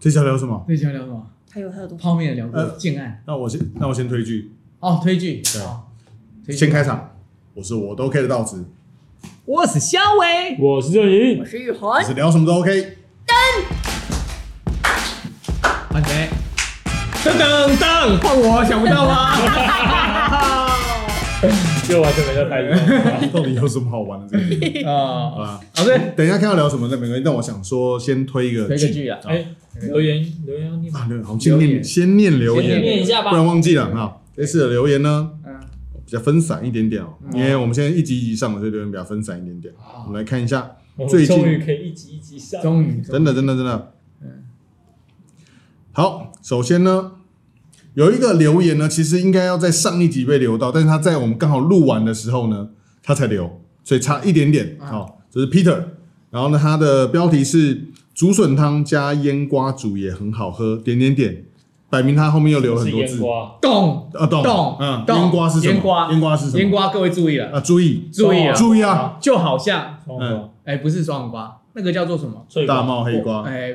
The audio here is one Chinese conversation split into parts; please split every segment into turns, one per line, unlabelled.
这期要聊什么？
最喜欢聊什么？
还有还有多
泡面聊过
呃
建案
那我先那我先推剧，
哦，推剧
对
好，推
先
剧。
开场。我是我都 OK 的道子，
我是肖伟，
我是郑怡
我，是玉环
只，是聊什么都 OK。
欢迎。
噔噔噔，
换我想不到吗？
又完全没在拍照。
到底有什么好玩的？这个好
啊，
吧，
好的，
等一下看要聊什么，那没关系。但我想说，先推一个
推个剧啊，
哎，留言留言要念吗
啊，对，好，先
留
念
言
先念留
先
言，
念
一下
不然忘记了哈。这次的留言呢
嗯，
比较分散一点点哦，
嗯
因为我们现在一集一集上嘛，所以留言比较分散一点点。
好
我们来看一下，
我
最
们
近
终于可以一集一集上，
终于
真的，真的，真的
嗯。
好，首先呢，有一个留言呢，其实应该要在上一集被留到，但是他在我们刚好录完的时候呢，他才留，所以差一点点。
啊
好、这是 Peter，然后呢，他的标题是竹笋汤加腌瓜煮也很好喝，点点点，摆明他后面又留了
是
很多
烟
字。
瓜，
懂
啊，懂
懂
嗯，
懂
腌瓜是什么？
腌瓜
腌瓜是什么？
腌瓜，各位注意了，
啊，注意，
注意啊，
注意啊，嗯
就好像
双瓜，
哎，不是双黄瓜，那个叫做什么？
脆瓜
大帽黑瓜，
哎，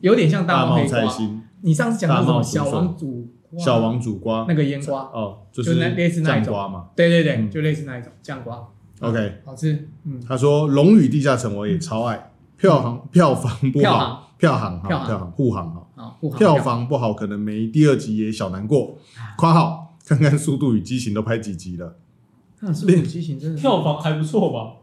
有点像
大
大帽黑
菜
瓜。
心，
你上次讲的什
大帽
么
竹笋
小王煮瓜
小王煮瓜，
那个腌瓜，
哦，就
就那类
是
似那一
酱
种
瓜嘛。
对对对，
嗯
就类似那一种酱瓜，
OK，
好吃。嗯，
他说《龙与地下城》我也超爱，票房票房不
票
好，
房
票行好
票行
票行护航好，
好，不好
票房不好，可能没第二集也小难过。
啊
括号看看《速度与激情》都拍几集了，
那是母鸡型真的是
票房还不错吧？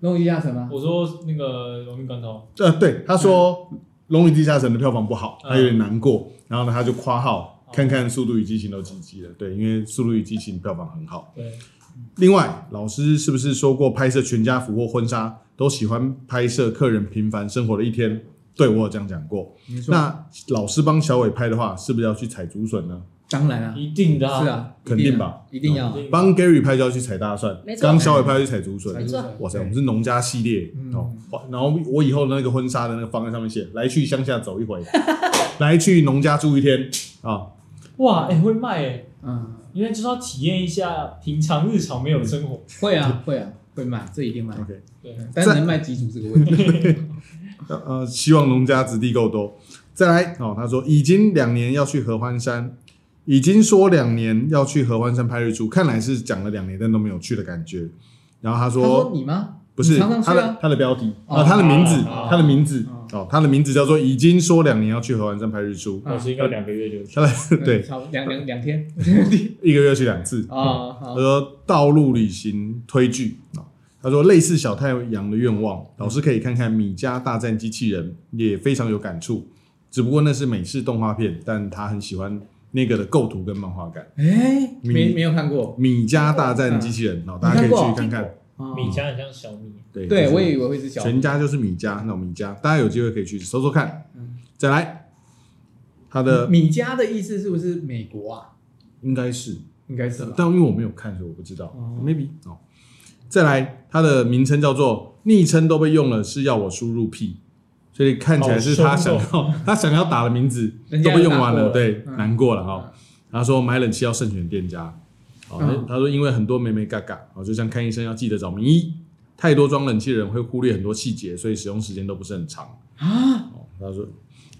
弄一下什么？
我说那个荣誉关头，
呃，对，他说
嗯
《龙与地下城》的票房不好，
嗯
他有点难过，然后呢他就括号
哦
看看《速度与激情》都几集了，对，因为《速度与激情》票房很好。
对，
另外，老师是不是说过拍摄全家福或婚纱都喜欢拍摄客人平凡生活的一天？对我有这样讲过。
没错，
那老师帮小伟拍的话，是不是要去采竹笋呢？
当然啊，
一定的，
是，啊，
肯
一
定
啊
吧，
一定要啊。
一定
帮 Gary 拍就要去采大蒜
没，错
刚小伟拍要去采竹笋
没。
错
哇塞，我们是农家系列、
嗯
哦。哇然后我以后的那个婚纱的那个方案上面写：来去乡下走一回， 来去农家住一天啊、
哇，哎，会卖哎，
嗯，
因为就是要体验一下平常日常没有的生活。
会啊，会啊，会卖，这一定卖。
OK，
对，
但是能卖几组这个问题。
呃，呃，希望农家子弟够多。再来哦，他说已经两年要去合欢山，已经说两年要去合欢山拍日出，看来是讲了两年但都没有去的感觉。然后他
他
说
说你吗？
不是
你常常去
他的
啊。
他的标题
哦
啊，他的名字
哦，
他的名字
哦
哦，他的名字叫做已经说两年要去合欢山拍日 出，
啊
我是应该两个月就去，
他的 对
嗯
嗯
差不多两两两天
一个月去两次
啊，
他
好，
说道路旅行推剧啊，他说类似小太阳的愿
嗯
望，老师可以看看《米家大战机器人》，也非常有感触。只不过那是美式动画片，但他很喜欢那个的构图跟漫画感。
哎，没
米
没有看过
《米家大战机器
嗯
人》，然后哦大家可以去看看。
啊
米家很像小米，
对
对，
就是
我也以为会是小
全家就是米家，那种米家，大家有机会可以去搜搜看
嗯。
再来，他的
米家的意思是不是美国啊？
应该是
应该是吧。
但因为我没有看，所以我不知道。
哦
Maybe 哦。再来，它的名称叫做昵称都被用了，是要我输入 P，所以看起来是他
好
想
凶哦
要 他想要打的名字
人
都
家
被用完
拿过了
对，
嗯
难过了哈。他说买冷气要慎选店家，哦，
嗯
他说因为很多美美嘎嘎，哦，就像看医生要记得找名医，太多装冷气的人会忽略很多细节，所以使用时间都不是很长。
啊，
哦，他说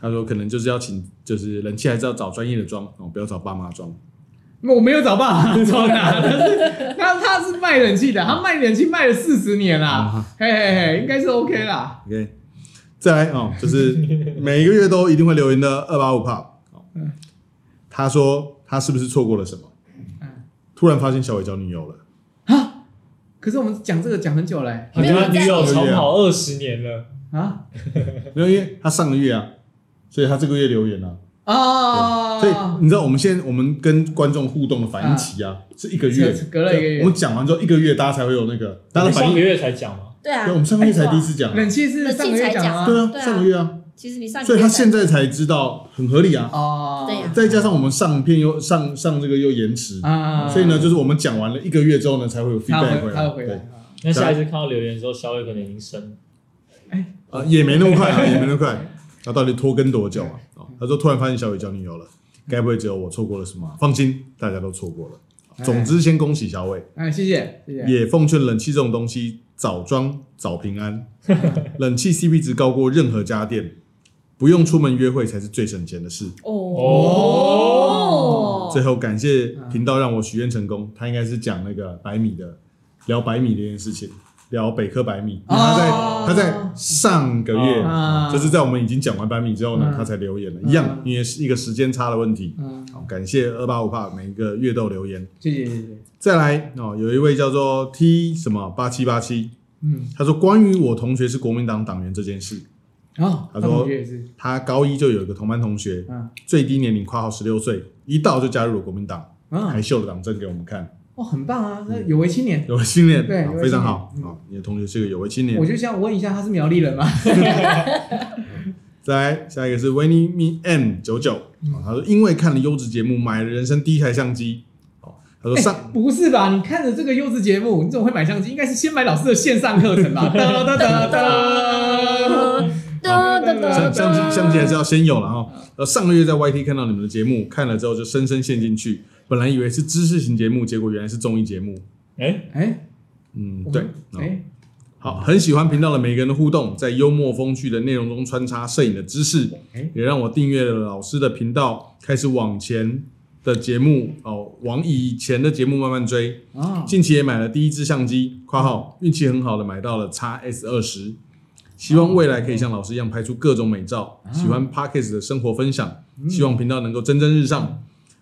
他说可能就是要请，就是冷气还是要找专业的装哦，不要找爸妈装。
我没有找爸 爸找哪？但是他他是卖冷气的，他卖冷气卖了四十年啦
啊，
嘿嘿嘿，应该是 OK 啦。
OK，再来哦，就是 每个月都一定会留言的二八五帕。哦
嗯
他说他是不是错过了什么？
嗯
突然发现小伟交女友了，
啊，可是我们讲这个讲很久嘞
他
没有
跟他女友
在
长跑二十年了。
啊
没有，因为他上个月啊，所以他这个月留言啊。
啊，
所以你知道我们现在我们跟观众互动的反应期啊，是一个月
是，隔了一个月哦
对我们讲完之后一个月，大家才会有那个大家的
你
反
上个
应。
月才讲嘛，
对啊，
对，我们上个月才第一次讲啊，
冷气是上个月讲
冷气才
吗？
对啊，
对啊
上个月啊
没，错啊。其实你上个
所以
月
他
才
现在才知道，很合理啊。
哦，
对呀
再加上我们上片又上上这个又延迟，
啊，
所以呢，就是我们讲完了一个月之后呢，才会有
他
feedback
会
回
他
来。
会回
对
来，
那下一次看到留言的时候，小伟可能已经生了。
啊，也没那么快啊，也没那么快。那到底拖更多久啊？哦他说突然发现小雨交女友了，该不会只有我错过了什么啊？放心，大家都错过了。总之，先恭喜小伟，
哎，谢谢谢谢，
也奉劝冷气这种东 西，早装早平安。冷气 CP 值高过任何家电，不用出门约会才是最省钱的事。
哦
最后感谢频道让我许愿成功，他应该是讲那个百米的，聊百米这件事情，聊北科百米，因为他在、
哦
他在上个月，
啊
就是在我们已经讲完百米之后呢，
嗯
他才留言了，
嗯
一样，因为是一个时间差的问题。
嗯，
好，感谢二八五帕每一个月都有留言。
谢谢谢谢，
再来哦，有一位叫做 T 什么八七八七，
嗯，
他说关于我同学是国民党党员这件事，
好，
他
哦他
说
同学也是，
他高一就有一个同班同学，
嗯
最低年龄（括号十六岁），一到就加入了国民党，还嗯
嗯，
秀了党证给我们看，
哦，很棒啊，那有为青年。
有为青年，
对
好
有为青年
非常好
嗯
啊！你的同学是个有为青
我
年。
就想问一下，他是苗栗人吗？
再来，下一个是维尼米 M 九九，
嗯
啊他说因为看了优质节目，买了人生第一台相机。哦，他说上
哎不是吧？你看着这个幼稚节目，你怎么会买相机？应该是先买老师的线上课程 吧？哒哒哒哒。
相相
像像
机相机还是要先有了哈。呃，上个月在 YT 看到你们的节目，看了之后就深深陷进去。本来以为是知识型节目，结果原来是综艺节目。
哎，
哎，
嗯，
我
对
们，
哦
哎，
好，很喜欢频道的每个人的互动，在幽默风趣的内容中穿插摄影的知识
哎，
也让我订阅了老师的频道，开始往前的节目哦，往以前的节目慢慢追。
啊，
近期也买了第一支相机（括号运气很好的买到了 x S 二十），希望未来可以像老师一样拍出各种美照。喜欢 Parkes 的生活分享，希望频道能够蒸蒸日上。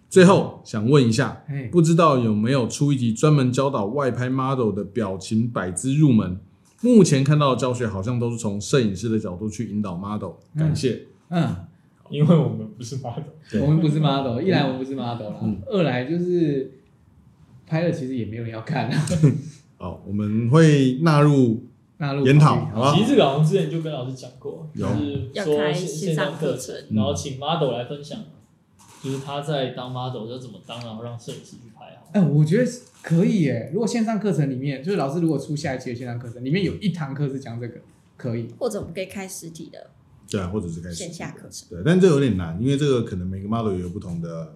最后想问一下，
哎，
不知道有没有出一集专门教导外拍 model 的表情摆姿入门？目前看到的教学好像都是从摄影师的角度去引导 model，
嗯
感谢。
嗯，
因为我们不是 model，
对嗯
我们不是 model，一来我们不是 model 啦，二来就是拍了，其实也没有人要看啊。
好，哦我们会纳入
纳入
研讨，
考虑
好吧
其？实这个好像之前就跟老师讲过，就
有
是
要
说
开
线
线
线上
上
课
课
程，
程，
然后请 model 来分享，就是他在当 model 要怎么当，然后让摄影师去拍好。
哎，我觉得可以耶。如果线上课程里面，就是老师如果出下一期的线上课程，里面有一堂课是讲这个，可以。
或者我们可以开实体的
对啊，或者是开始
线下课程。
对，但这有点难，因为这个可能每个 model 有不同的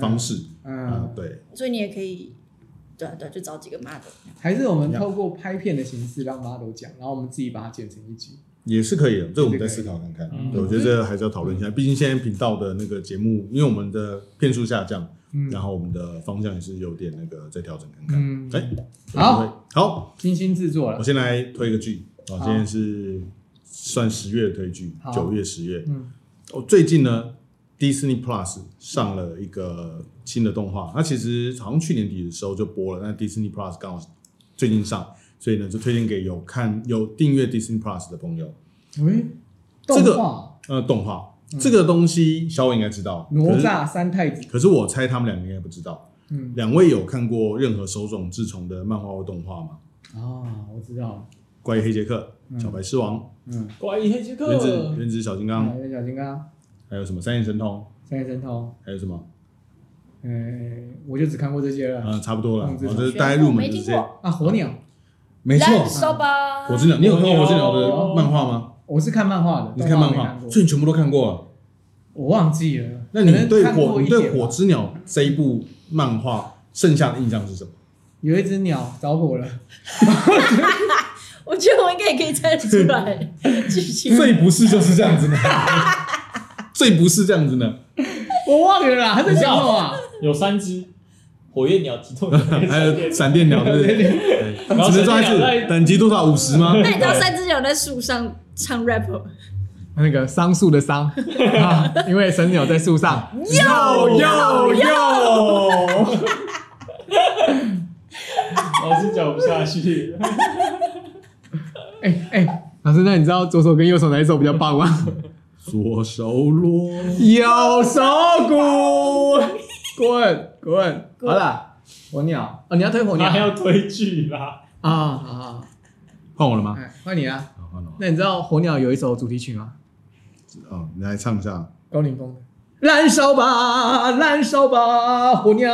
方式啊
嗯。，
对，
所以你也可以，对啊对啊，就找几个 model。
还是我们
一样
透过拍片的形式让 model 讲，然后我们自己把它剪成一集。
也是可以的。这我们再思考看看。
嗯
对，我觉得这还是要讨论一
嗯
下，毕竟现在频道的那个节目，因为我们的片数下降，
嗯
然后我们的方向也是有点那个在调整看看。
嗯，
哎，
好
会，好。
精心制作
我
了。
先来推一个剧啊，
好
今天是算十月的推剧，
好
九月、十月。
嗯，
哦，最近呢，Disney Plus 上了一个新的动画，那其实好像去年底的时候就播了，但 Disney Plus 刚好最近上，所以呢，就推荐给有看有订阅 Disney Plus 的朋友。
喂，
这
动
个
画
呃，动画
嗯
这个东西，小伟应该知道，
哪
可是
吒三太子，
可是我猜他们两个应该不知道。
嗯，
两位有看过任何手冢治虫的漫画或动画吗？
啊，我知道了，
关于黑杰克、
嗯
小白狮王、
嗯，
怪异黑杰
原子
克，
原子小金刚、
还哎有小金刚、
还有什么三眼神童，
三叶神偷，
还有什么？
呃，我就只看过这些了。
嗯，差不多了。
嗯
哦
这
这
种
是大概入门的
没
这
听
些，
过，啊
啊，火鸟，
没错。
燃烧吧！
火之鸟，你有看过火之鸟的漫画吗？
我是看漫画的，
你看漫
动嗯没
画
看，过
所以你全部都看过了。
我忘记了。
那你
可能
对
看
火，
过
你
一点
对火
吧
之鸟这一部漫画剩下的印象是什么？
有一只鸟着火了，
我觉得我应该也可以猜得出来剧情。
最不是就是这 样子呢？最不是这样子呢？
我忘了啦，他在讲什么啊？
有三只火焰鸟击中了那个
还
闪
有
电
闪电鸟，对不 对？对只
然后
能
闪电
抓一
鸟在
次，等级多少？五十吗？
那你知道三只鸟在树上唱 rap 吗？
那个桑树的 桑啊，因为神鸟在树上。
要要要！
老师讲不下去。
哎、哎、老师，那你知道左手跟右手哪一手比较棒吗？
左手落，
右手骨， 滚滚，好了，火鸟哦，你要推火鸟
那还要推剧啦，
啊？好好，
换我了吗？
哎，换你啊。
好换我了。
那你知道火鸟有一首主题曲吗？
哦，你来唱一下。
高凌风的《燃烧吧，燃烧吧，火鸟》。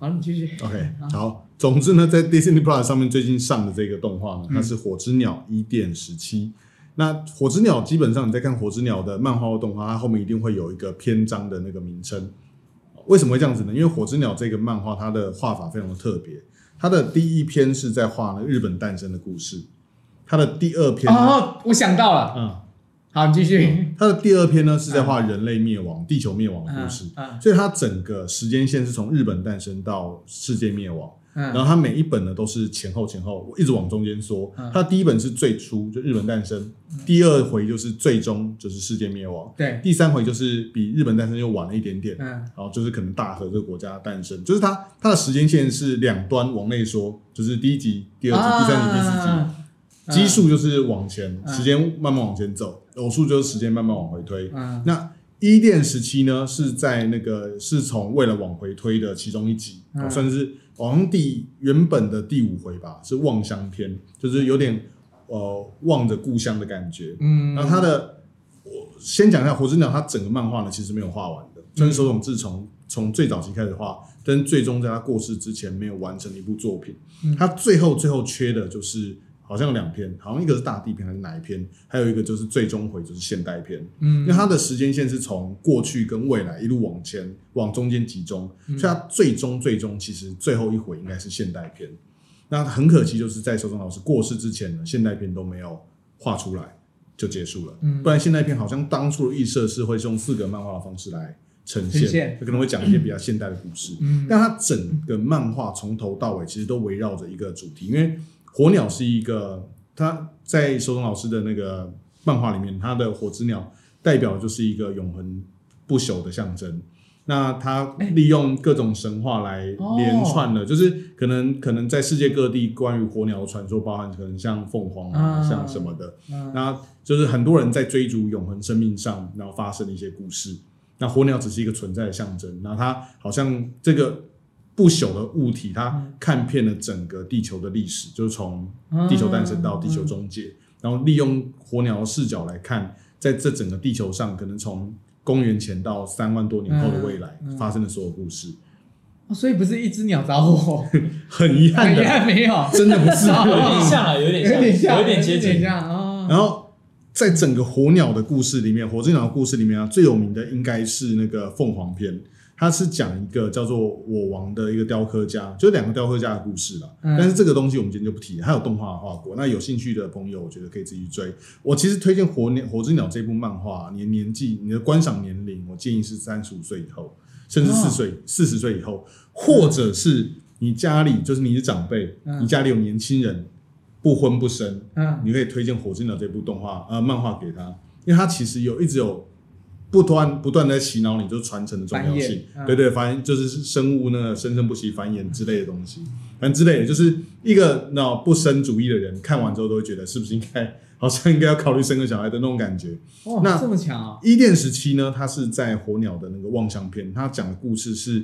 好，你继续。
OK，好，总之呢，在 Disney Plus 上面最近上的这个动画呢，
嗯
它是《火之鸟伊甸时期》。那《火之鸟》基本上你在看《火之鸟》的漫画或动画，它后面一定会有一个篇章的那个名称。为什么会这样子呢？因为《火之鸟》这个漫画，它的画法非常的特别。它的第一篇是在画那个日本诞生的故事，它的第二篇呢，
哦，我想到了，
嗯，
好，你继续。
它的第二篇呢是在画人类灭亡、地球灭亡的故事，
嗯
所以它整个时间线是从日本诞生到世界灭亡。然
嗯
后它每一本呢都是前后前后一直往中间缩
嗯。
它第一本是最初就日本诞生，第二回就是最终就是世界灭亡，
对，
第三回就是比日本诞生又晚了一点点，
嗯
然后就是可能大和这个国家诞生，就是它它的时间线是两端往内缩，就是第一集、第二
啊
集、第三集、第四集。基，
集
数就是往前，
嗯
时间慢慢往前走；偶数就是时间慢慢往回推。
嗯
那伊甸时期呢，是在那个是从为了往回推的其中一集，
嗯
哦算是好像第原本的第五回吧，是望乡篇，就是有点呃望着故乡的感觉。
嗯，
那它的我先讲一下《火之鸟》，它整个漫画呢其实没有画完的，村手冢治虫从最早期开始画，但最终在他过世之前没有完成的一部作品
嗯。
他最后最后缺的就是好像有两篇，好像一个是大地篇还是哪一篇，还有一个就是最终回就是现代篇。
嗯，
因为它的时间线是从过去跟未来一路往前往中间集中，
嗯
所以它最终最终其实最后一回应该是现代篇。那很可惜，就是在手冢老师过世之前呢，现代篇都没有画出来就结束了。
嗯
不然现代篇好像当初的预设是会是用四格漫画的方式来呈现，
呈现
可能会讲一些比较现代的故事。
嗯
但它整个漫画从头到尾其实都围绕着一个主题，因为火鸟是一个，它在手冢老师的那个漫画里面，它的火之鸟代表就是一个永恒不朽的象征。那它利用各种神话来连串的，就是可能可能在世界各地关于火鸟的传说，包含可能像凤凰啊，
嗯
像什么的，
嗯
那就是很多人在追逐永恒生命上，然后发生的一些故事。那火鸟只是一个存在的象征，那它好像这个不朽的物体，它看遍了整个地球的历史，就是从地球诞生到地球终结，然后利用火鸟的视角来看，在这整个地球上，可能从公元前到三万多年后的未来、
嗯嗯
发生的所有故事，
哦所以不是一只鸟 找我，
很遗憾
你
的，
看没有，哦
真的不是。
有点像啊，有点
有点像，
有点接
有
近。
像啊。
然后在整个火鸟的故事里面，火之鸟的故事里面啊，最有名的应该是那个凤凰篇，它是讲一个叫做我王的一个雕刻家，就是两个雕刻家的故事啦。
嗯
但是这个东西我们今天就不提，还有动画画过。那有兴趣的朋友，我觉得可以自己去追。我其实推荐火鸟火之鸟这部漫画，你的年纪、你的观赏年龄，我建议是三十五岁以后，甚至四
哦
岁、四十岁以后，或者是你家里就是你是长辈，
嗯
你家里有年轻人，不婚不生，
嗯
你可以推荐《火之鸟》这部动画呃漫画给他，因为他其实有一直有不断不断地在洗脑你，就传承的重要
繁衍
性。
嗯
对对，繁就是生物那个生生不息、繁衍之类的东西，反正之类的，就是一个那不生主义的人看完之后都会觉得是不是应该好像应该要考虑生个小孩的那种感觉。
哇，
那
这么强啊！
伊甸时期呢，它是在火鸟的那个望乡篇，它讲的故事是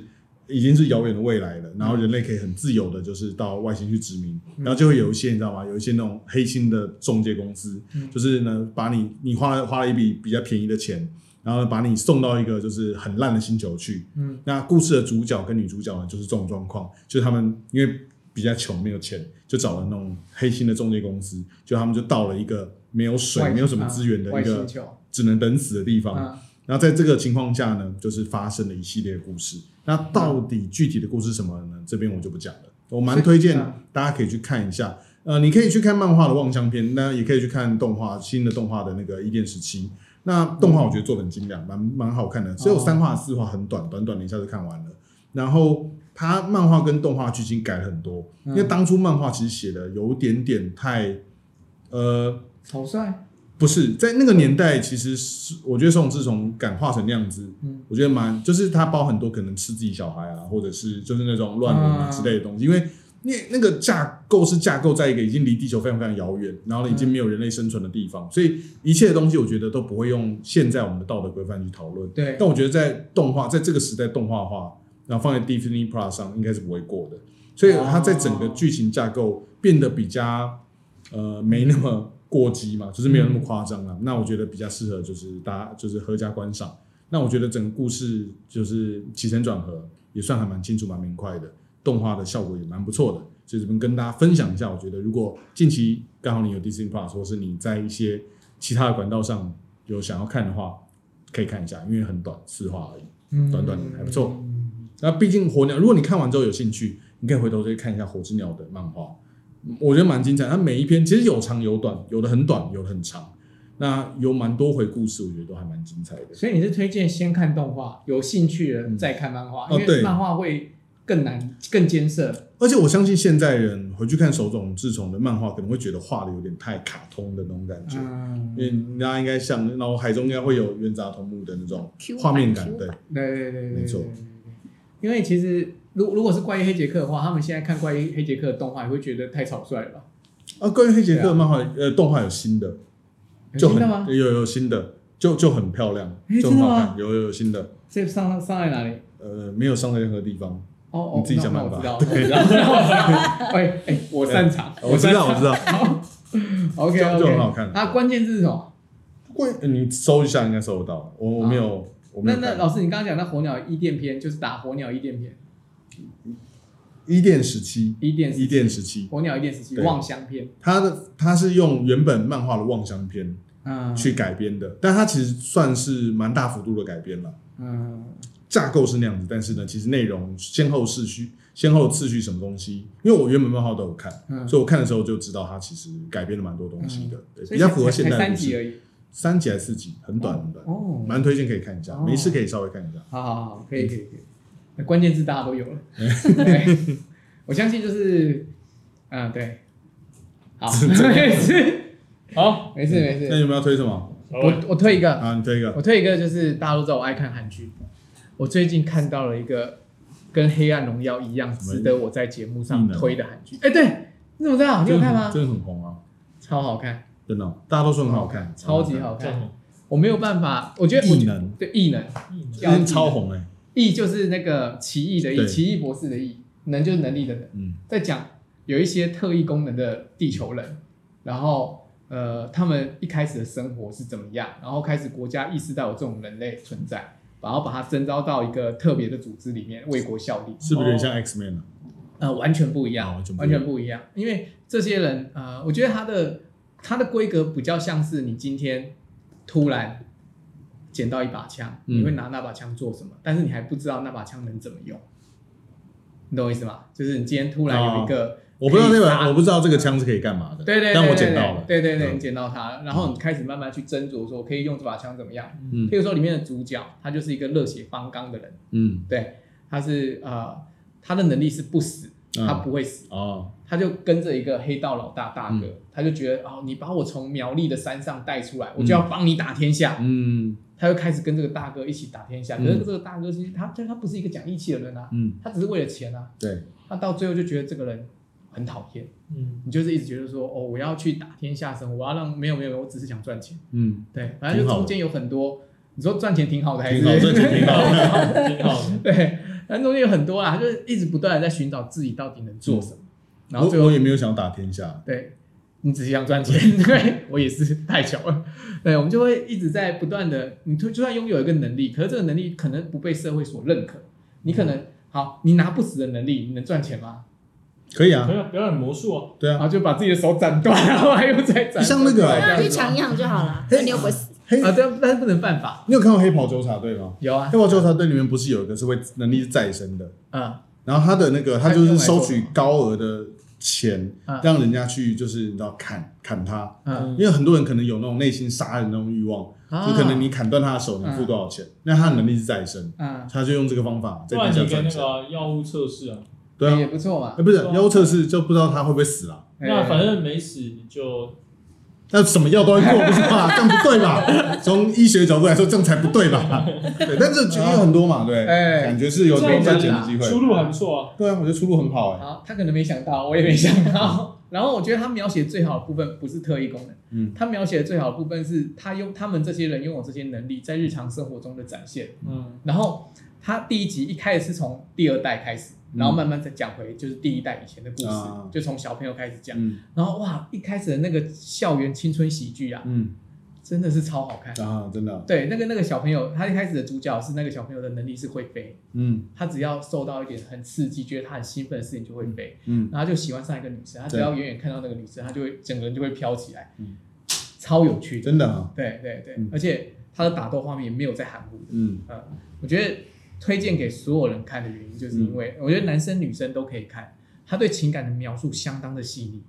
已经是遥远的未来了，然后人类可以很自由的，就是到外星去殖民，
嗯
然后就会有一些你知道吗？有一些那种黑心的中介公司，
嗯
就是呢把你你花了花了一笔比较便宜的钱，然后把你送到一个就是很烂的星球去。
嗯，
那故事的主角跟女主角呢，就是这种状况，就是他们因为比较穷没有钱，就找了那种黑心的中介公司，就他们就到了一个没有水、
外啊
没有什么资源的
外
一个
星球，
只能等死的地方。
嗯
那在这个情况下呢，就是发生了一系列故事。那到底具体的故事是什么呢？这边我就不讲了。我蛮推荐
所以嗯
大家可以去看一下。呃，你可以去看漫画的《望乡篇》，那也可以去看动画新的动画的那个《伊甸时期》。那动画我觉得做得很精良，蛮蛮好看的，只有
哦
三话四话，很短，短短的一下就看完了。然后它漫画跟动画剧情改了很多，因为
嗯
当初漫画其实写的有点点太，呃，
草率，
不是在那个年代，其实是我觉得宋志从敢画成那样子，
嗯
我觉得蛮就是他包很多可能吃自己小孩啊，或者是就是那种乱伦啊
嗯
之类的东西，因为那那个架构是架构在一个已经离地球非常非常遥远，然后呢已经没有人类生存的地方，所以一切的东西我觉得都不会用现在我们的道德规范去讨论。
对，
但我觉得在动画在这个时代动画化，然后放在 Disney Plus 上应该是不会过的，所以它在整个剧情架构变得比较呃没那么过激嘛，就是没有那么夸张了。那我觉得比较适合就是大家就是合家观赏。那我觉得整个故事就是起承转合也算还蛮清楚蛮明快的，动画的效果也蛮不错的。所以这边跟大家分享一下，我觉得如果近期刚好你有 Disney Plus，或是你在一些其他的管道上有想要看的话，可以看一下，因为很短，四话而已。
嗯
短短的还不错。那毕竟火鸟，如果你看完之后有兴趣，你可以回头再看一下火之鸟的漫画，我觉得蛮精彩。它每一篇其实有长有短，有的很短，有的很长。那有蛮多回故事，我觉得都还蛮精彩的。
所以你是推荐先看动画，有兴趣的人再看漫画，
哦
因为
对
漫画会更难、更艰涩。
而且我相信现在人回去看手冢治虫的漫画，可能会觉得画的有点太卡通的那种感觉。
嗯，对
因为大家应该像，然后海中应该会有冤杂同木的那种
Q 版
画面感，
Q
对
版，
对对对，
没错
对。对对因为其实，如如果是怪医黑杰克的话，他们现在看怪医黑杰克的动画，也会觉得太草率了吧？
啊，关于黑杰克
对
的
啊
漫画，呃，动画有新的，
有
就
听
很
到吗？
有有新的，就就很漂亮
诶，
就很好
真的吗
看，有有有新的，
这上上来哪里？
呃，没有伤在任何地方。
哦哦，
你自己想
那
办
我知道，
法
我知道，我知道。哎哎， 我擅长，
呃我知道，我知道，
OK
就
OK，
就很好看
啊，关键字是什么？
会呃你搜一下应该搜得到，我我没有，我没
那
有
那
看。
老师，你刚刚讲那火鸟伊甸篇，就是打火鸟伊甸篇，
伊甸时期，
伊甸
伊甸时期，
火鸟伊甸时期
对
望乡篇，
它的它是用原本漫画的望乡篇
嗯，
去改编的，但它其实算是蛮大幅度的改编了。
嗯
架构是那样子，但是呢，其实内容先后次序、先后次序什么东西，因为我原本漫画都有看，
嗯，
所以我看的时候就知道它其实改编了蛮多东西的，对
所以
比较符合
才
现代
才
的
三
故
集而
事。
已
三集还是四集，很短很短，
哦，
蛮推荐可以看一下，
哦
没事可以稍微看一下。
好好
嗯
好，可以可以可以，那关键字大家都有了，对 我相信就是，嗯对， 好，没事
好，
没事没
那
事，
你们要推什么？
我我推一个，
啊，你推一个。
我推一个就是大家都知道我爱看韩剧，我最近看到了一个跟《黑暗荣耀》一样值得我在节目上
嗯
推的韩剧。哎、对，你怎么知啊道？你有看吗？
真的很红啊，
超好看，
真的哦，大家都说很好看，
超级
很
好
叫什
看。
么？
我没有办法，我觉得我
嗯异能，
对异能
嗯
真的超红哎，
异就是那个奇异的异，
对
奇异博士的异，能就是能力的能。
嗯，
在讲有一些特异功能的地球人，然后呃，他们一开始的生活是怎么样，然后开始国家意识到有这种人类存在，然后把它征召到一个特别的组织里面为国效力，
是不是有点像 X Man 啊？
呃，完全不一样，
啊完全不一
完
样
全不一样，因为这些人呃，我觉得他的他的规格比较像是你今天突然。捡到一把枪，
嗯
你会拿那把枪做什么？但是你还不知道那把枪能怎么用，你懂我意思吗？就是你今天突然有一个
我不知道那
可以杀
个，我不知道这个枪是可以干嘛的，
对对，对
但我
对
捡
对
到了，
对对对，
嗯
你捡到它了，然后你开始慢慢去斟酌说可以用这把枪怎么样。
嗯
譬如说里面的主角，他就是一个热血方刚的人，
嗯，
对，他是呃，他的能力是不死，
嗯
他不会死，
哦，
他就跟着一个黑道老大大哥，
嗯
他就觉得哦，你把我从苗栗的山上带出来，我就要帮你打天下。
嗯
他就开始跟这个大哥一起打天下，可
嗯
是这个大哥其实他他他不是一个讲义气的人啊，
嗯，
他只是为了钱啊，
对，
他到最后就觉得这个人很讨厌。
嗯，
你就是一直觉得说，哦，我要去打天下生，我要让没有没有，没有我只是想赚钱。
嗯，
对，反正就中间有很多，你说赚钱挺好的还是
挺好，这挺好的。
挺好的。
对，反正中间有很多啦，啊就是一直不断的在寻找自己到底能做什么， 然后
嗯
最
我我
后
也没有想要打天下，
对你只是想赚钱， 对我也是太巧了。对，我们就会一直在不断的，你就就算拥有一个能力，可是这个能力可能不被社会所认可，你可
嗯
能好，你拿不死的能力，你能赚钱吗？
可以啊
可，以啊，表演魔术啊，
对
然
啊，
后就把自己的手斩断，然后还又再斩断，
像那个啊
这样
那
子
去抢银行就好了，那你又不会死。
黑
啊，但但是不能犯法。
你有看过《黑袍纠察队》吗？
有啊
《黑，袍纠察队》里面不是有一个是会能力是再生的，
嗯
然后他的那个他就是收取高额的钱
嗯，
让人家去就是你知道砍砍他，
嗯，
因为很多人可能有那种内心杀人那种欲望，
啊
嗯就可能你砍断他的手，你付多少钱，那他的能力是再生，
啊，
他就用这个方法
嗯不
在
然
地下
你跟
赚
那
钱
个。啊药物测试啊，
对
也
啊，
不错嘛
哎。不是药物测试就不知道他会不会死啦，
那反
哎
正没死你就
那什么药都会过不是吧？这样不对 吧？从医学角度来说，这样才不对吧？对，但是也有很多嘛，对，
哎
感觉是有多赚钱的机会，
啊出路还不错啊。
对啊，我觉得出路很好哎、
好，他可能没想到，我也没想到。 然后我觉得他描写最好的部分不是特异功能，
嗯
他描写的最好的部分是他用他们这些人拥有这些能力在日常生活中的展现。
嗯，
然后他第一集一开始是从第二代开始，然后慢慢再讲回就是第一代以前的故事，
嗯啊
就从小朋友开始讲。
嗯
然后哇，一开始的那个校园青春喜剧啊，
嗯
真的是超好看。
啊，真的，
对，那个那个小朋友，他一开始的主角是那个小朋友的能力是会飞，
嗯
他只要受到一点很刺激，觉得他很兴奋的事情就会飞，
嗯，
然后他就喜欢上一个女生，他只要远远看到那个女生，他就会整个人就会飘起来，
嗯
超有趣的。
真的啊，
对对对，
嗯
而且他的打斗画面也没有在含糊的。
嗯
嗯，我觉得推荐给所有人看的原因，就是因为我觉得男生女生都可以看，他对情感的描述相当的细腻，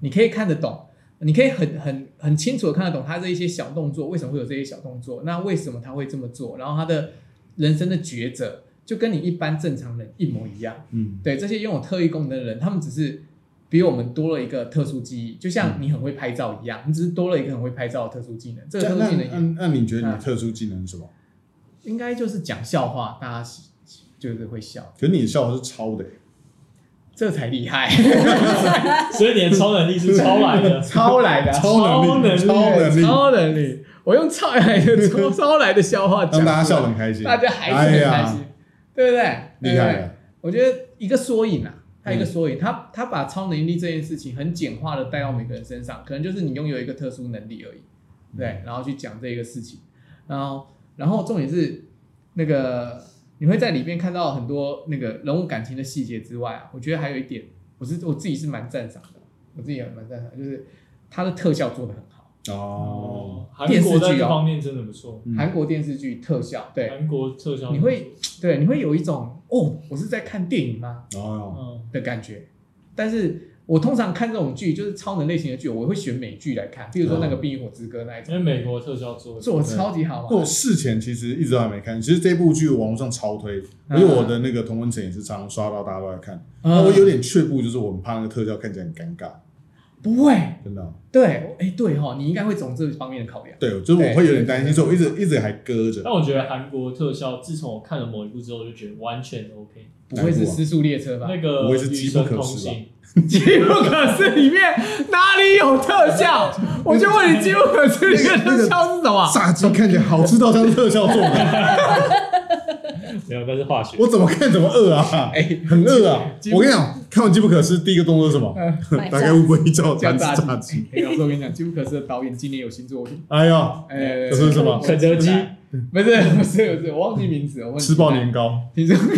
你可以看得懂，你可以很很很清楚的看得懂他这一些小动作为什么会有这些小动作，那为什么他会这么做，然后他的人生的抉择就跟你一般正常人一模一样。
嗯
对这些拥有特异功能的人，他们只是比我们多了一个特殊记忆，就像你很会拍照一样，你只是多了一个很会拍照的特殊技能。这个特殊技
那嗯
能
那那你觉得你
啊
的特殊技能是什么？
也应该就是讲笑话，大家喜就是会笑，
可是你的笑话是抄的欸，
这才厉 害，
所以你的超能力是抄来的，
超来的啊，
超能力，
超
超能力，
超能力，我用超来的 超超来的笑话
让
讲出来，
大家笑得很开心，
大家还是很开心
哎呀，，
对不对？对
厉
不对
害了，
我觉得一个缩影啊，它一个缩影，它它把超能力这件事情很简化的带到每个人身上，可能就是你拥有一个特殊能力而已，对，然后去讲这个事情，然后然后重点是那个你会在里面看到很多那个人物感情的细节之外啊，我觉得还有一点，我是我自己是蛮赞赏的，我自己也蛮赞赏的，就是它的特效做的很好，
哦，
韩
电视
国
剧
在这
哦
方面真的不错，
嗯
韩国电视剧特效，
啊
对
韩国特效
你会对，你会有一种哦，我是在看电影吗？
哦，
嗯
的感觉。但是我通常看这种剧，就是超能类型的剧，我会选美剧来看，比如说
嗯
那个《冰与火之歌》那一
因
种，
为美国特效做的
做的超级好
那
嘛
我。事前其实一直都还没看，其实这部剧网络上超推，因
啊
为我的那个同温层也是常常刷到大家都在看，
呃
那哦我有点却步，就是我很怕那个特效看起来很尴尬，
不会，
真的哦。
对，哎、对哈，你应该会从这方面的考量。
对，就是我会有点担心，
对
所以我一直一直还搁着。
但我觉得韩国特效，自从我看了某一部之后，我就觉得完全 OK。
不会
啊
是失速列车吧？
那个
不
《
会是
与
机
神
不可
同
失吧
行
机不可失里面哪里有特 效？我就问你，机不可失里面的特效是什么？
炸鸡看起来好吃到像特效做的，》
没有，那 是化学。
我怎么看怎么饿啊，
哎、
很饿啊！
鸡
我跟你讲，看完《机不可失》第一个动作是什么？
买
大
炸
概乌龟叫
叫
单吃
炸
炸
鸡
鸡。。
哎、老师，我跟你讲，机不可失的导演今年有新作品，
哎呀，
哎、
这是什么？
肯德基
不是不是不是，我忘记名字，我忘记
吃爆
名字
年糕！
听说不是，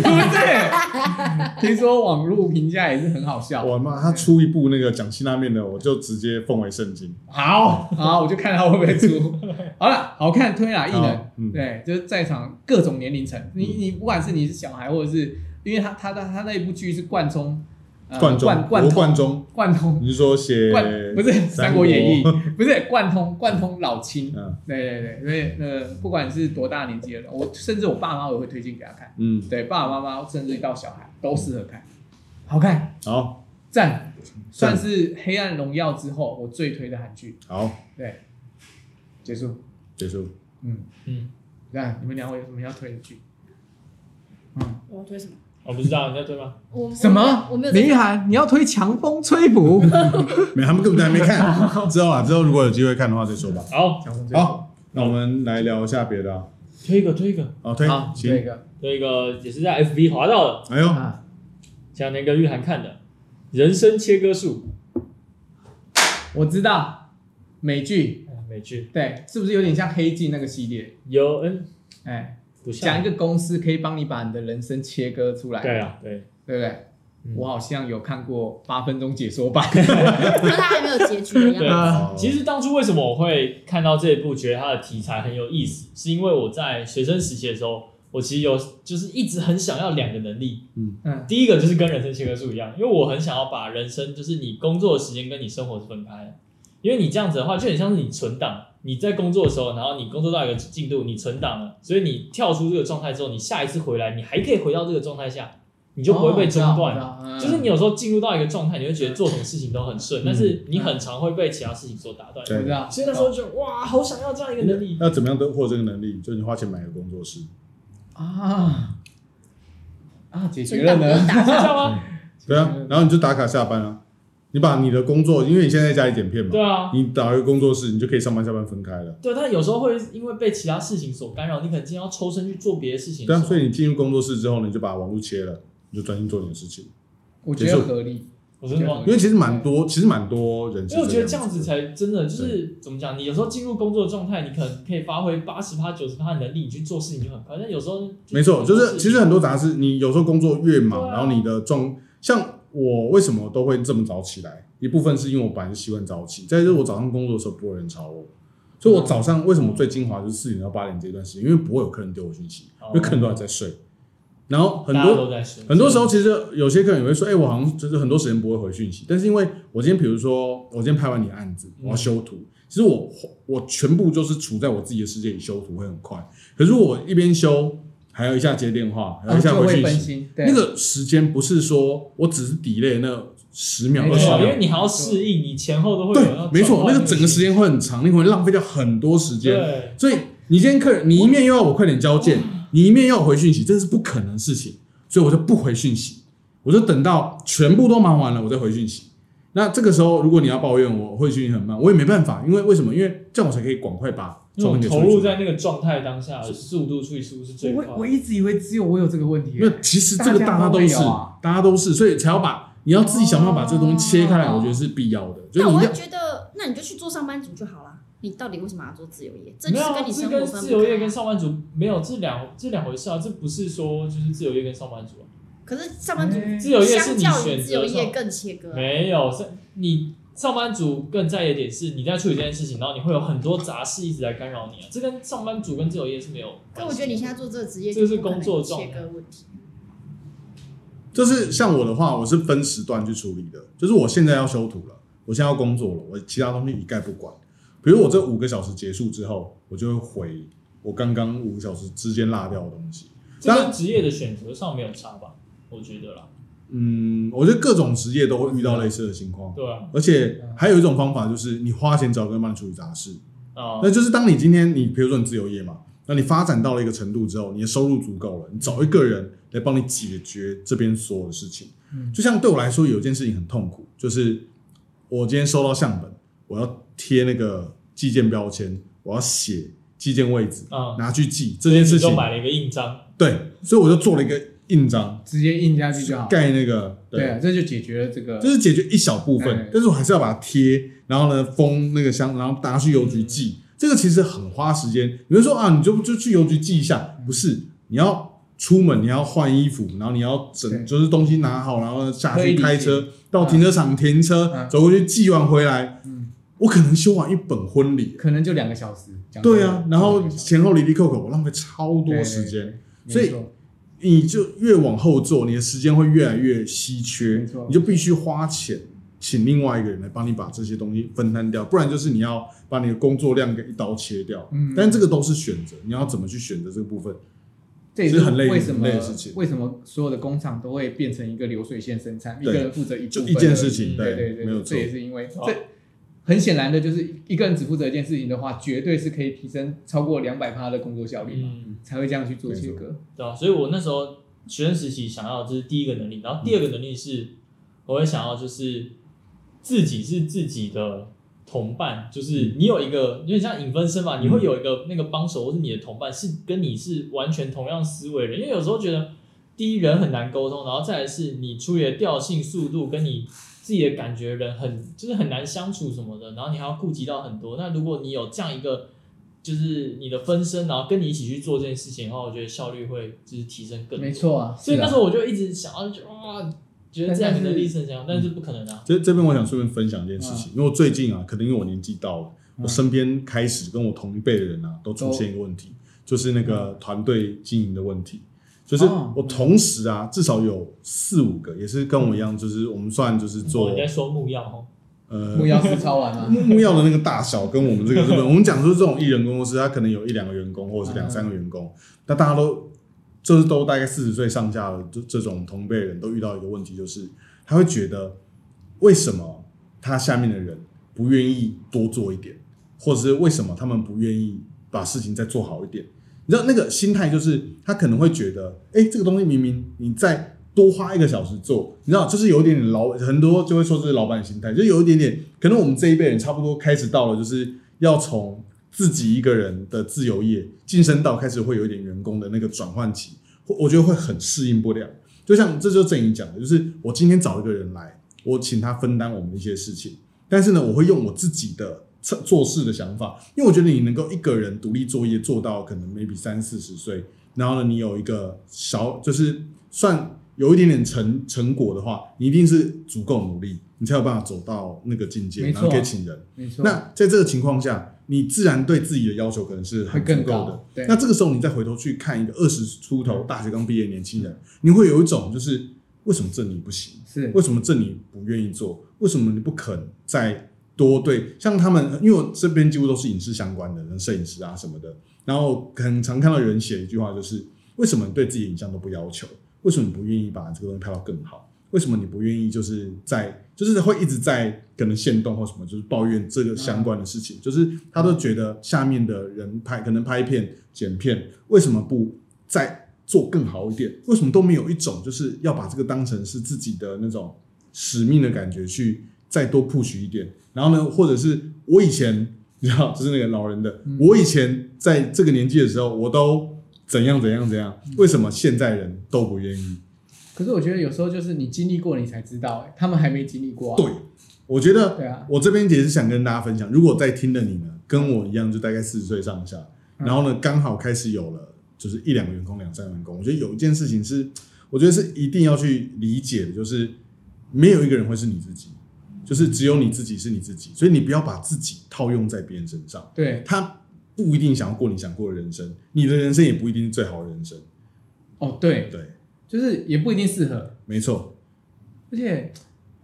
听说网络评价也是很好笑。
我妈，他出一部那个讲辛拉面的，我就直接奉为圣经。
好好，我就看他会不会 出。好了，好嗯看推啦，异能
好，嗯
对，就是在场各种年龄层，你你不管是你是小孩，或者是因为他他他他那一部剧是贯通，呃
冠中，
贯贯
罗
通
贯中，
贯通
你是说写
贯不是《三国演义》，不是贯通贯通老 青，
嗯
对对对，因为呃不管是多大年纪的人，我甚至我爸妈我也会推荐给他看，
嗯，
对，爸爸妈妈甚至到小孩都适合看，好看。
好
赞，算是《黑暗荣耀》之后我最推的韩剧。
好
对，结束。
结束。
嗯，
嗯，
那你们两位有什么要推的剧？
我推什么？
我不知道你在对吗？
我
什么？
我没有
林
在
玉涵，你要推《强风吹 拂》？
没，他们根本就还没看，之后啊，之后如果有机会看的话再说吧。
好，
强风吹拂。
好，那我们来聊一下别的啊。
推一个，推一个，
哦，推
好，这
行，
个
推一个，也是在 FB 滑到的，
哎呦，
啊，
像那个玉涵看的《人生切割术
我知道，美剧》
哎美剧
对，是不是有点像《黑镜》那个系列？
有嗯，
哎，
不
讲一
像
个公司可以帮你把你的人生切割出来，
对啊，对，
对不对？
嗯
我好像有看过八分钟解说版，
可是他还没有结局的样
对
子。
呃
哦
其实当初为什么我会看到这一部，觉得它的题材很有意思，是因为我在学生时期的时候，我其实有就是一直很想要两个能力，
嗯，
第一个就是跟人生切割术一样，因为我很想要把人生就是你工作的时间跟你生活是分开的，因为你这样子的话，就很像是你存档，你在工作的时候，然后你工作到一个进度，你存档了，所以你跳出这个状态之后，你下一次回来，你还可以回到这个状态下， 你
你
就不会被中断。
断
就是你有时候进入到一个状态，你会觉得做什么事情都很顺，但是你很常会被其他事情所打断。
对
知道，
啊所以那时候就哇，好想要这样一个能力。
那怎么样都获得这个能力？就是你花钱买个工作室，
啊啊，解决了呢。
是这 样吗？
对啊，然后你就打卡下班啊，你把你的工作，因为你现在在家里剪片嘛
对，啊，
你打一个工作室，你就可以上班下班分开了。
对，啊但有时候会因为被其他事情所干扰，你可能今天要抽身去做别的事情的
对
时
啊，
候。
所以你进入工作室之后呢，你就把网络切了，你就专心做你的事情。
我觉得合理，
我真的吗
因为其实蛮多，其实蛮多人是
因为我觉得这
这
样
样
子
子。
才真的就是怎么讲，你有时候进入工作状态，你可能可以发挥八十趴、九十趴的能力，你去做事情就很快。但有时候
没错，就是其实很多杂事，你有时候工作越忙，
对啊
然后你的状，像我为什么都会这么早起来，一部分是因为我本来就习惯早起，再就是我早上工作的时候不会有人吵我，所以我早上为什么最精华就是四点到八点这段时间，因为不会有客人丢我讯息
哦，
因为客人都还在睡。然后很
大家
多
都在说，
很多时候，其实有些客人也会说，哎、我好像就是很多时间不会回讯息，但是因为我今天，比如说我今天拍完你的案子，我要修图，其实我我全部就是处在我自己的世界里修图会很快，可是如果我一边修，还要一下接电话，还要
然后
一下
啊就
回
会
讯
分
息，
心。对，
那个时间不是说我只是 delay 那十秒
没
二
对
十
啊
秒
因，为你还要适应，你前后都会有要
对，没
转
错，
换
那个整个时间会很长，你会浪费掉很多时间，
对，
所以你今天客人，你一面又要我快点交件，你一面又要我回讯息，这是不可能的事情，所以我就不回讯息，我就等到全部都忙完了，我再回讯息。那这个时候，如果你要抱怨我回讯息很慢，我也没办法，因为为什么？因为这样我才可以赶快把
那
作
种
品给
嗯投
处理
入
出来
在那个状态当下，速度去输是最快
我我
的。
一直以为只有我有这个问题
因，为其实这个大家都
大
是
家都会有啊，
大家都是，所以才要把你要自己想办法把这个东西切开来，我觉得是必要的。就是
那
啊
你
我
要
会觉得，那你就去做上班族就好了。你到底为什么要做自由业？这就是跟你生
没
活
有啊这跟
分
自由业
不
跟
开。
上班族没有这两这两回事啊，这不是说就是自由业跟上班族啊、
可是上班族
哎
自由业是
相
你
较
选
于
择
自由业
上
更切割啊。
没有，是你上班族更在意的点是你在处理这件事情，然后你会有很多杂事一直来干扰你啊，这跟上班族跟自由业是没有关系的。
可我觉得你现在做这个职业，
这个是
就不可能
工作
有
状
切
态
割问题。
就是像我的话，我是分时段去处理的，就是我现在要修图了，我现在要工作了，我其他东西一概不管。比如我这五个小时结束之后，我就会回我刚刚五个小时之间落掉的东西。
这
当
跟
然
职业的选择上没有差吧？我觉得啦，
嗯，我觉得各种职业都会遇到类似的情况，
对啊，
而且还有一种方法就是你花钱找个人帮你处理杂事。
啊、
那就是当你今天你比如说你自由业嘛，那你发展到了一个程度之后，你的收入足够了，你找一个人来帮你解决这边所有的事情。
嗯
就像对我来说，有一件事情很痛苦，就是我今天收到相本，我要贴那个寄件标签，我要写寄件位置，
啊，
拿去寄这件事
你就
情。
买了一个印章，
对，所以我就做了一个印章，
直接印下去就
啊
好。
盖那个
对啊，这就解决了这个
这。是解决一小部分
嗯，
但是我还是要把它贴，然后呢封那个箱，然后拿去邮局寄。
嗯
这个其实很花时间。有人说啊，你就就去邮局寄一下，
嗯
不是，你要出门，你要换衣服，然后你要
对
整，就是东西拿好，然后下
可
去
以理解
开车到停车场停车
嗯，
走过去寄完回来
嗯，
我可能修完一本婚礼，
可能就两个小时，讲真的
对啊，然
嗯
后前后里里扣扣，我浪费超多时，间。所
就两个小时对对对
以你
没错
就越往后做，你的时间会越来越稀
没
缺
错，
你就必须花钱请另外一个人来帮你把这些东西分摊掉，不然就是你要把你的工作量给一刀切掉。
嗯
但这个都是选择，你要怎么去选择这个部分？
这也
是很累
为什么
很累的事情
为什么所有的工厂都会变成一个流水线生产，一
对
个人负责一部
就
分
一件事情，
而已对对
没有
对，
错
这。也是因为
哦
这很显然的就是一个人只负责一件事情的话，绝对是可以提升超过两百趴的工作效率嘛，
嗯，
才会这样去做切割。
对啊，所以我那时候学生时期想要的这是第一个能力，然后第二个能力是，我会想要就是自己是自己的同伴，就是你有一个有点像影分身嘛，你会有一个那个帮手或是你的同伴是跟你是完全同样思维的人，因为有时候觉得第一人很难沟通，然后再来是你处理的调性、速度跟你。自己的感觉，人很就是很难相处什么的，然后你还要顾及到很多。那如果你有这样一个就是你的分身，然后跟你一起去做这件事情的话，我觉得效率会就是提升更多。
没，错啊，
所以那时
是啊
候我就一直想要就哇，觉得这样的能力是很强，但是不可能啊。
这这边我想顺便分享一件事情，因为我最近啊，可能因为我年纪到了，
嗯
我身边开始跟我同一辈的人啊，都出现一个问题，就是那个团队经营的问题。就是
嗯哦
我同时啊，至少有四五个，也是跟我一样，就是我们算就是
哦
嗯做
你在说木曜哦，
呃
木曜是抄完 啊，
木木曜的那个大小跟我们这个日本，我们讲说这种艺人公司，它可能有一两个员工或者是两三个员工，那大家都就是都大概四十岁上下的这这种同辈人都遇到一个问题，就是他会觉得为什么他下面的人不愿意多做一点，或者是为什么他们不愿意把事情再做好一点？你知道那个心态就是他可能会觉得，哎、这个东西明明你再多花一个小时做，你知道，就是有一点点老，很多就会说这是老板心态，就有一点点，可能我们这一辈人差不多开始到了，就是要从自己一个人的自由业晋升到开始会有一点员工的那个转换期，我我觉得会很适应不了。就像这就是正宇讲的，就是我今天找一个人来，我请他分担我们的一些事情，但是呢，我会用我自己的策做事的想法，因为我觉得你能够一个人独立作业做到可能 maybe 三四十岁，然后呢，你有一个小就是算有一点点成成果的话，你一定是足够努力，你才有办法走到那个境界，
没错
然后可以请人。
没错。
那在这个情况下，你自然对自己的要求可能是
会
很足
更
够的。
高。对，
那这个时候，你再回头去看一个二十出头、大学刚毕业的年轻人，你会有一种就是为什么这你不行？
是
为什么这你不愿意做？为什么你不肯再多对？像他们，因为我这边几乎都是影视相关的，摄影师啊什么的。然后很常看到有人写一句话，就是为什么你对自己的影像都不要求？为什么你不愿意把这个东西拍到更好？为什么你不愿意就是在就是会一直在可能限动或什么，就是抱怨这个相关的事情？就是他都觉得下面的人拍可能拍片剪片，为什么不再做更好一点？为什么都没有一种就是要把这个当成是自己的那种使命的感觉去再多 push 一点？然后呢，或者是我以前你知道，就是那个老人的，
嗯
我以前在这个年纪的时候，我都怎样怎样怎样，为什么现在人都不愿意？
可是我觉得有时候就是你经历过，你才知道、欸，他们还没经历过、啊。
对，我觉得
对啊，
我这边也是想跟大家分享，如果在听的你呢，跟我一样，就大概四十岁上下，
嗯
然后呢，刚好开始有了，就是一两个员工、两三个员工，我觉得有一件事情是，我觉得是一定要去理解的，就是没有一个人会是你自己，就是只有你自己是你自己，所以你不要把自己套用在别人身上，
对，
他不一定想要过你想过的人生，你的人生也不一定是最好的人生，
哦对，
对，
就是也不一定适合。
没错，
而且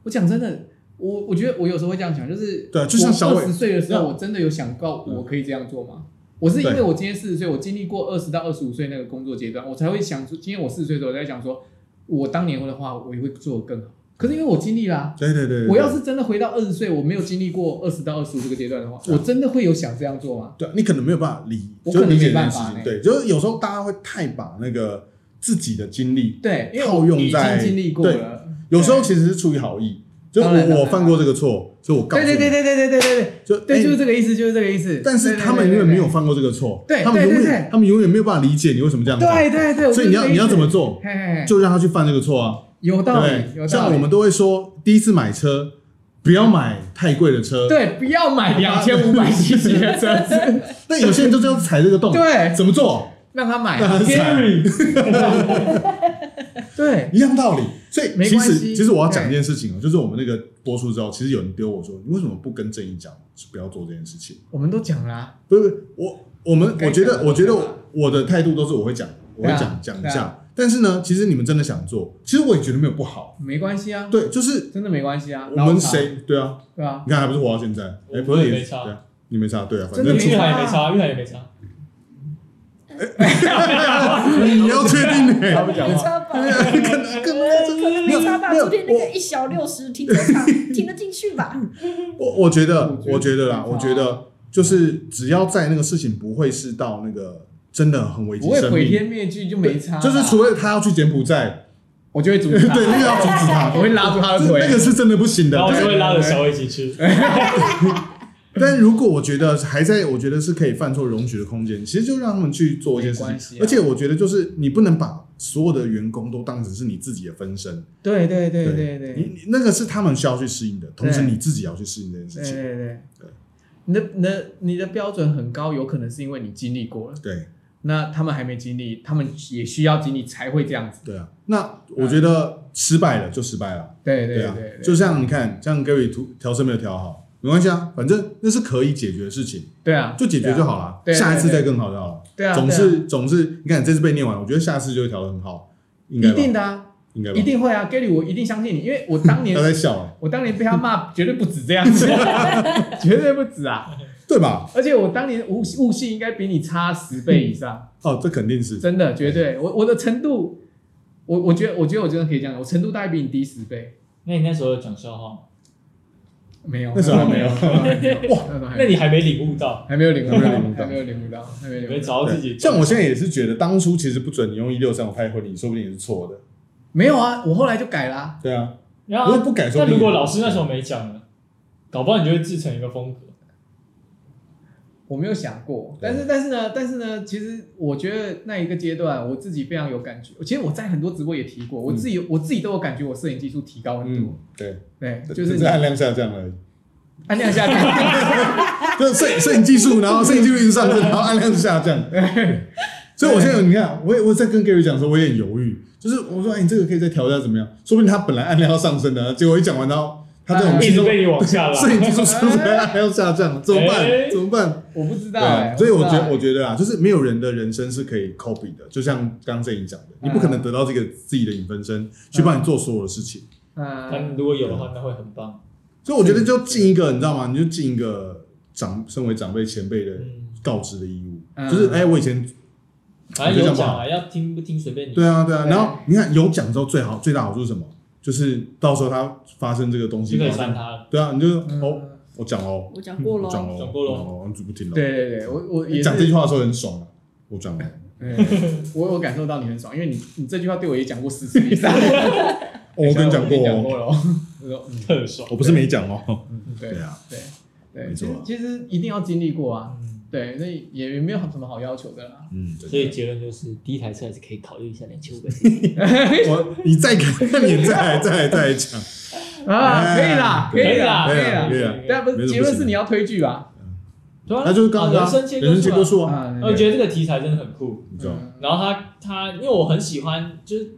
我讲真的，我我觉得我有时候会这样想，就是
对啊就像小伟嗯
二十岁的时候，
对
我真的有想过我可以这样做吗？我是因为我今天四十岁，我经历过二十到二十五岁那个工作阶段，我才会想说，今天我四十岁的时候，我在想说，我当年的话，我也会做得更好。可是因为我经历啦、
对对对对
我要是真的回到二十岁，我没有经历过二十到二十五这个阶段的话，
对
我真的会有想这样做吗？
对啊，你可能没有办法理，
我
就
可能
理解这件
没办
事
法
情。
呢
对，就是有时候大家会太把那个自己的经历，
对，因为
套
我
用
已
在
经经历过了。
有时候其实是出于好意，就
当然当
我我
然
犯过这个错，所以我告诉
对
你，
对对对对对对对
就
对，对，就是
哎
这个意思，就是这个意思。
但是
对对
他们
对
永
对
远没有
对
犯过这个错，
对
他们永
对对
远
对
他们永远没有办法理解你为什么这样做，
对对对，
所以你要
我就是这个
你要
意思
怎么做，
嘿嘿嘿
就让他去犯这个错啊，
有
对
道理，
不
有
对？
道理。
像我们都会说，第一次买车不要买太贵的车，
对，不要买两千五百 cc 的车 子，
但有些人就这样踩这个洞，
对，
怎么做？
让他买啊
让他踩
Gary，对，
一样道理。所以
没
其
关
实
系
其实我要讲一件事情哦，就是我们那个播出之后，其实有人丢我说，你为什么不跟正义讲，是不要做这件事情？
我们都讲啊啦，
不是我，我们
该
我觉
讲
得
的
我觉得
都讲了
我的态度都是我会讲，我会
对啊
讲讲一
对啊
下。但是呢，其实你们真的想做，其实我也觉得没有不好。
没关系啊，
对，就是
真的没关系啊。
我们
老
谁对啊？
对啊？
你看还不是活到现在？哎，
我
不是
也
也
没差
对啊，你没差对啊，反
真
正
的
出
玉
没
涵也没差，玉涵也没差。
你要确定呢。
他不讲
没
话，
差吧？
对啊， 可能可
哎
哎
能
没差吧？
没有
昨天那个一小六十停车 场停得进去吧？
我我觉得，我
我
觉
觉
得
得啊
啦，
没
我
差
觉得就是只要在那个事情不会是到那个真的很危及
不会
生
毁
命，
天灭剧就没差啦，
就是除了他要去柬埔 寨，
我就会阻
对，
止他，
那个要阻止他，
我会拉住他的
这
腿啊
那。个是真的不行的
然后。我就
但
会拉着小伟一起去。
但如果我觉得还在，我觉得是可以犯错容许的空间，其实就让他们去做一件事
没关
情
系。啊
而且我觉得就是你不能把所有的员工都当成是你自己的分身，
对对对对
你
对
你那个是他们需要去适应的，同时
对
你自己要去适应这件事
对
情。
对对
对。
你的、你的、你的标准很高，有可能是因为你经历过了，
对
那他们还没经历，他们也需要经历才会这样子。
对啊，那我觉得失败了就失败了。
对
对啊
对，，
就像你看，像 Gary 图调声没有调好，没关系啊，反正那是可以解决的事情，
对啊，
就解决就好了，
对啊对
下一次再更好就好
对
了。
啊，
总
对啊
是总是，你看这次被念完，我觉得下次就会调得很好，应该
一
吧？
定的啊，
应该吧
一？定会啊，Gary，我一定相信你，因为我 当年
他在笑欸，
我当年被他骂绝对不止这样 子，绝对不止啊！
对吧？
而且我当年悟悟性应该比你差十倍以上，
哦，这肯定是
真的绝对，我我的程度，我我觉得我觉得我真的可以这样讲，我程度大概比你低十倍，
那你那时候有讲笑话吗？
没有，
那时候还没有
哇，那时候还
那
没有
你还没领悟到，
还没有领悟
还没领悟
到，
到
还没有领悟到，还没有
你
领
没
悟到，
找到自己。
对像我现在也是觉得，当初其实不准你用一六三五拍婚礼，说不定也是错的。
没有啊，我后来就改啦，
对啊，
然
如
后
果不改，说
那
不定
如果老师那时候没讲呢，搞不好你就会自成一个风格。
我没有想过，
对
但是但是呢，但是呢，其实我觉得那一个阶段，我自己非常有感觉。其实我在很多直播也提过，我自己、我自己都有感觉，我摄影技术提高很多
嗯。，对，
对，就
就是是按量下降而已。
按量下降，
就是摄影摄影技术，然后摄影技术一直上升，然后按量下降。 所以我现在有你看，我也我在跟 Gary 讲说，我有点犹豫，就是我说，哎、你这个可以再调一下怎么样？说不定他本来按量要上升的，结果一讲完，然后他这种
嗯
一
技
直
术，
被你往下拉
摄。影技术上来还要下降，怎么办？
哎
怎么办？
我不知道
对啊
哎，
所以我
不知
觉
道
得，我觉得啊，就是没有人的人生是可以 copy 的，就像刚刚这里讲的，你不可
嗯
能得到这个自己的影分身去帮你做所有的事情。
但
嗯，
如果有的话，那会很棒。
所以我觉得就尽一个，你知道吗？你就尽一个长身为长辈前辈的
嗯，
告知的义务，
嗯
就是哎，我以前
反正有奖啊，要听不听随便你。
对啊对啊，
对
然后你看有奖之后最好最大好处是什么？就是到时候他发生这个东西
就可以删他了。
对啊，你就
嗯
哦，我讲喽，
我讲过
我讲
喽，
喽，
嗯讲过咯
哦，你就不听了。
对对对，我我也
你
是
讲这句话的时候很爽啊，我讲喽。
对我有感受到你很爽，因为你你这句话对我也讲过四次 以上。
哦我跟你讲过
我讲
哦，
过了 哦。我说嗯
特爽。
我不是没讲哦。
嗯对
对啊，
对对，
没
其
错
实
啊
其实一定要经历过啊。
嗯
对，所以也也没有什么好要求的 啦。
嗯，
所以结论就是，第一台车还是可以考虑一下两千五百。
我你再看，你再来再来再来讲，哎
啊，可以啦，
可以啊啦
啦，可以
可以啦
啦。但不
啊没什么
是结论
不行
是你要推剧吧？
对啊，
那就是刚刚
人
的啊
生切
人生切割
割术
术啊，
啊，嗯
啊。
对
我觉得这个题材真的很酷。
你知道吗？
然后他他，因为我很喜欢，就是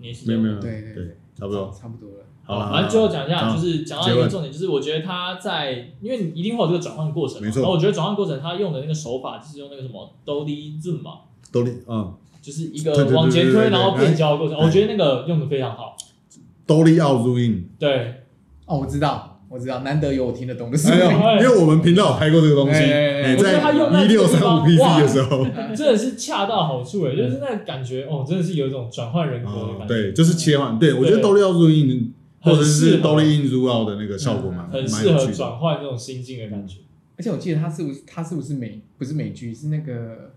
你也是
没有没有，
对对对
对，差不
嗯
多。
差不多了。
好
好，
了，
反正最后讲一下，
好
就是讲到一个重点，就是我觉得他在，因为你一定会有这个转换过程嘛，
没错
然后我觉得转换过程他用的那个手法就是用那个什么兜里字嘛，
都力嗯，
就是一
对
个
对哎对
往前
对对对
推，然后变焦的过程，
对
我觉得那个用的非常好。
都力奥 zoom in，
对，
哦，我知道，我知道，难得有我听得 懂的事
哎
情。
呦，因为我们频道有拍过这个东西，
哎哎哎
哎
我
觉得
在
他用在
一
这
六
个地
三
方
五 PT
哇
的时候，
真的是恰到好处诶，就是那个感觉哦，真的是有一种转换人格的
哦
感觉，
对，就是切换，对我觉得都力奥 zoom in 或者
很适
是
合嗯
都力 in zoom out 的那个效果蛮
很
蛮
适
有
合
趣的。
转换这种心境的感觉。
而且我记得他是不是他是不是美不是美剧是那个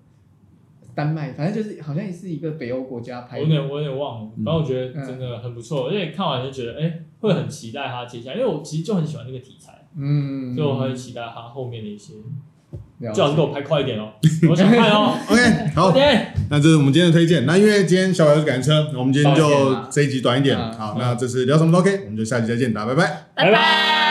丹麦，反正就是好像也是一个北欧国家
我
拍嗯
有
哦
的。
点我有点忘
嗯
了，反正我觉得真的很不错，而且看完就觉得哎、会很期待他接下来，因为我其实就很喜欢这个题材，
嗯，
所以我很期待他后面的一些。
了
最
解
好是给我拍快一点哦，我想看哦。
OK，好
快，点，
那这是我们今天的推荐。那因为今天小白要去赶车，那我们今天
抱歉
就
啊
这一集短一点。
嗯
好，那这次聊什么都 OK，我们就下期再见，大家拜拜。
拜
拜拜。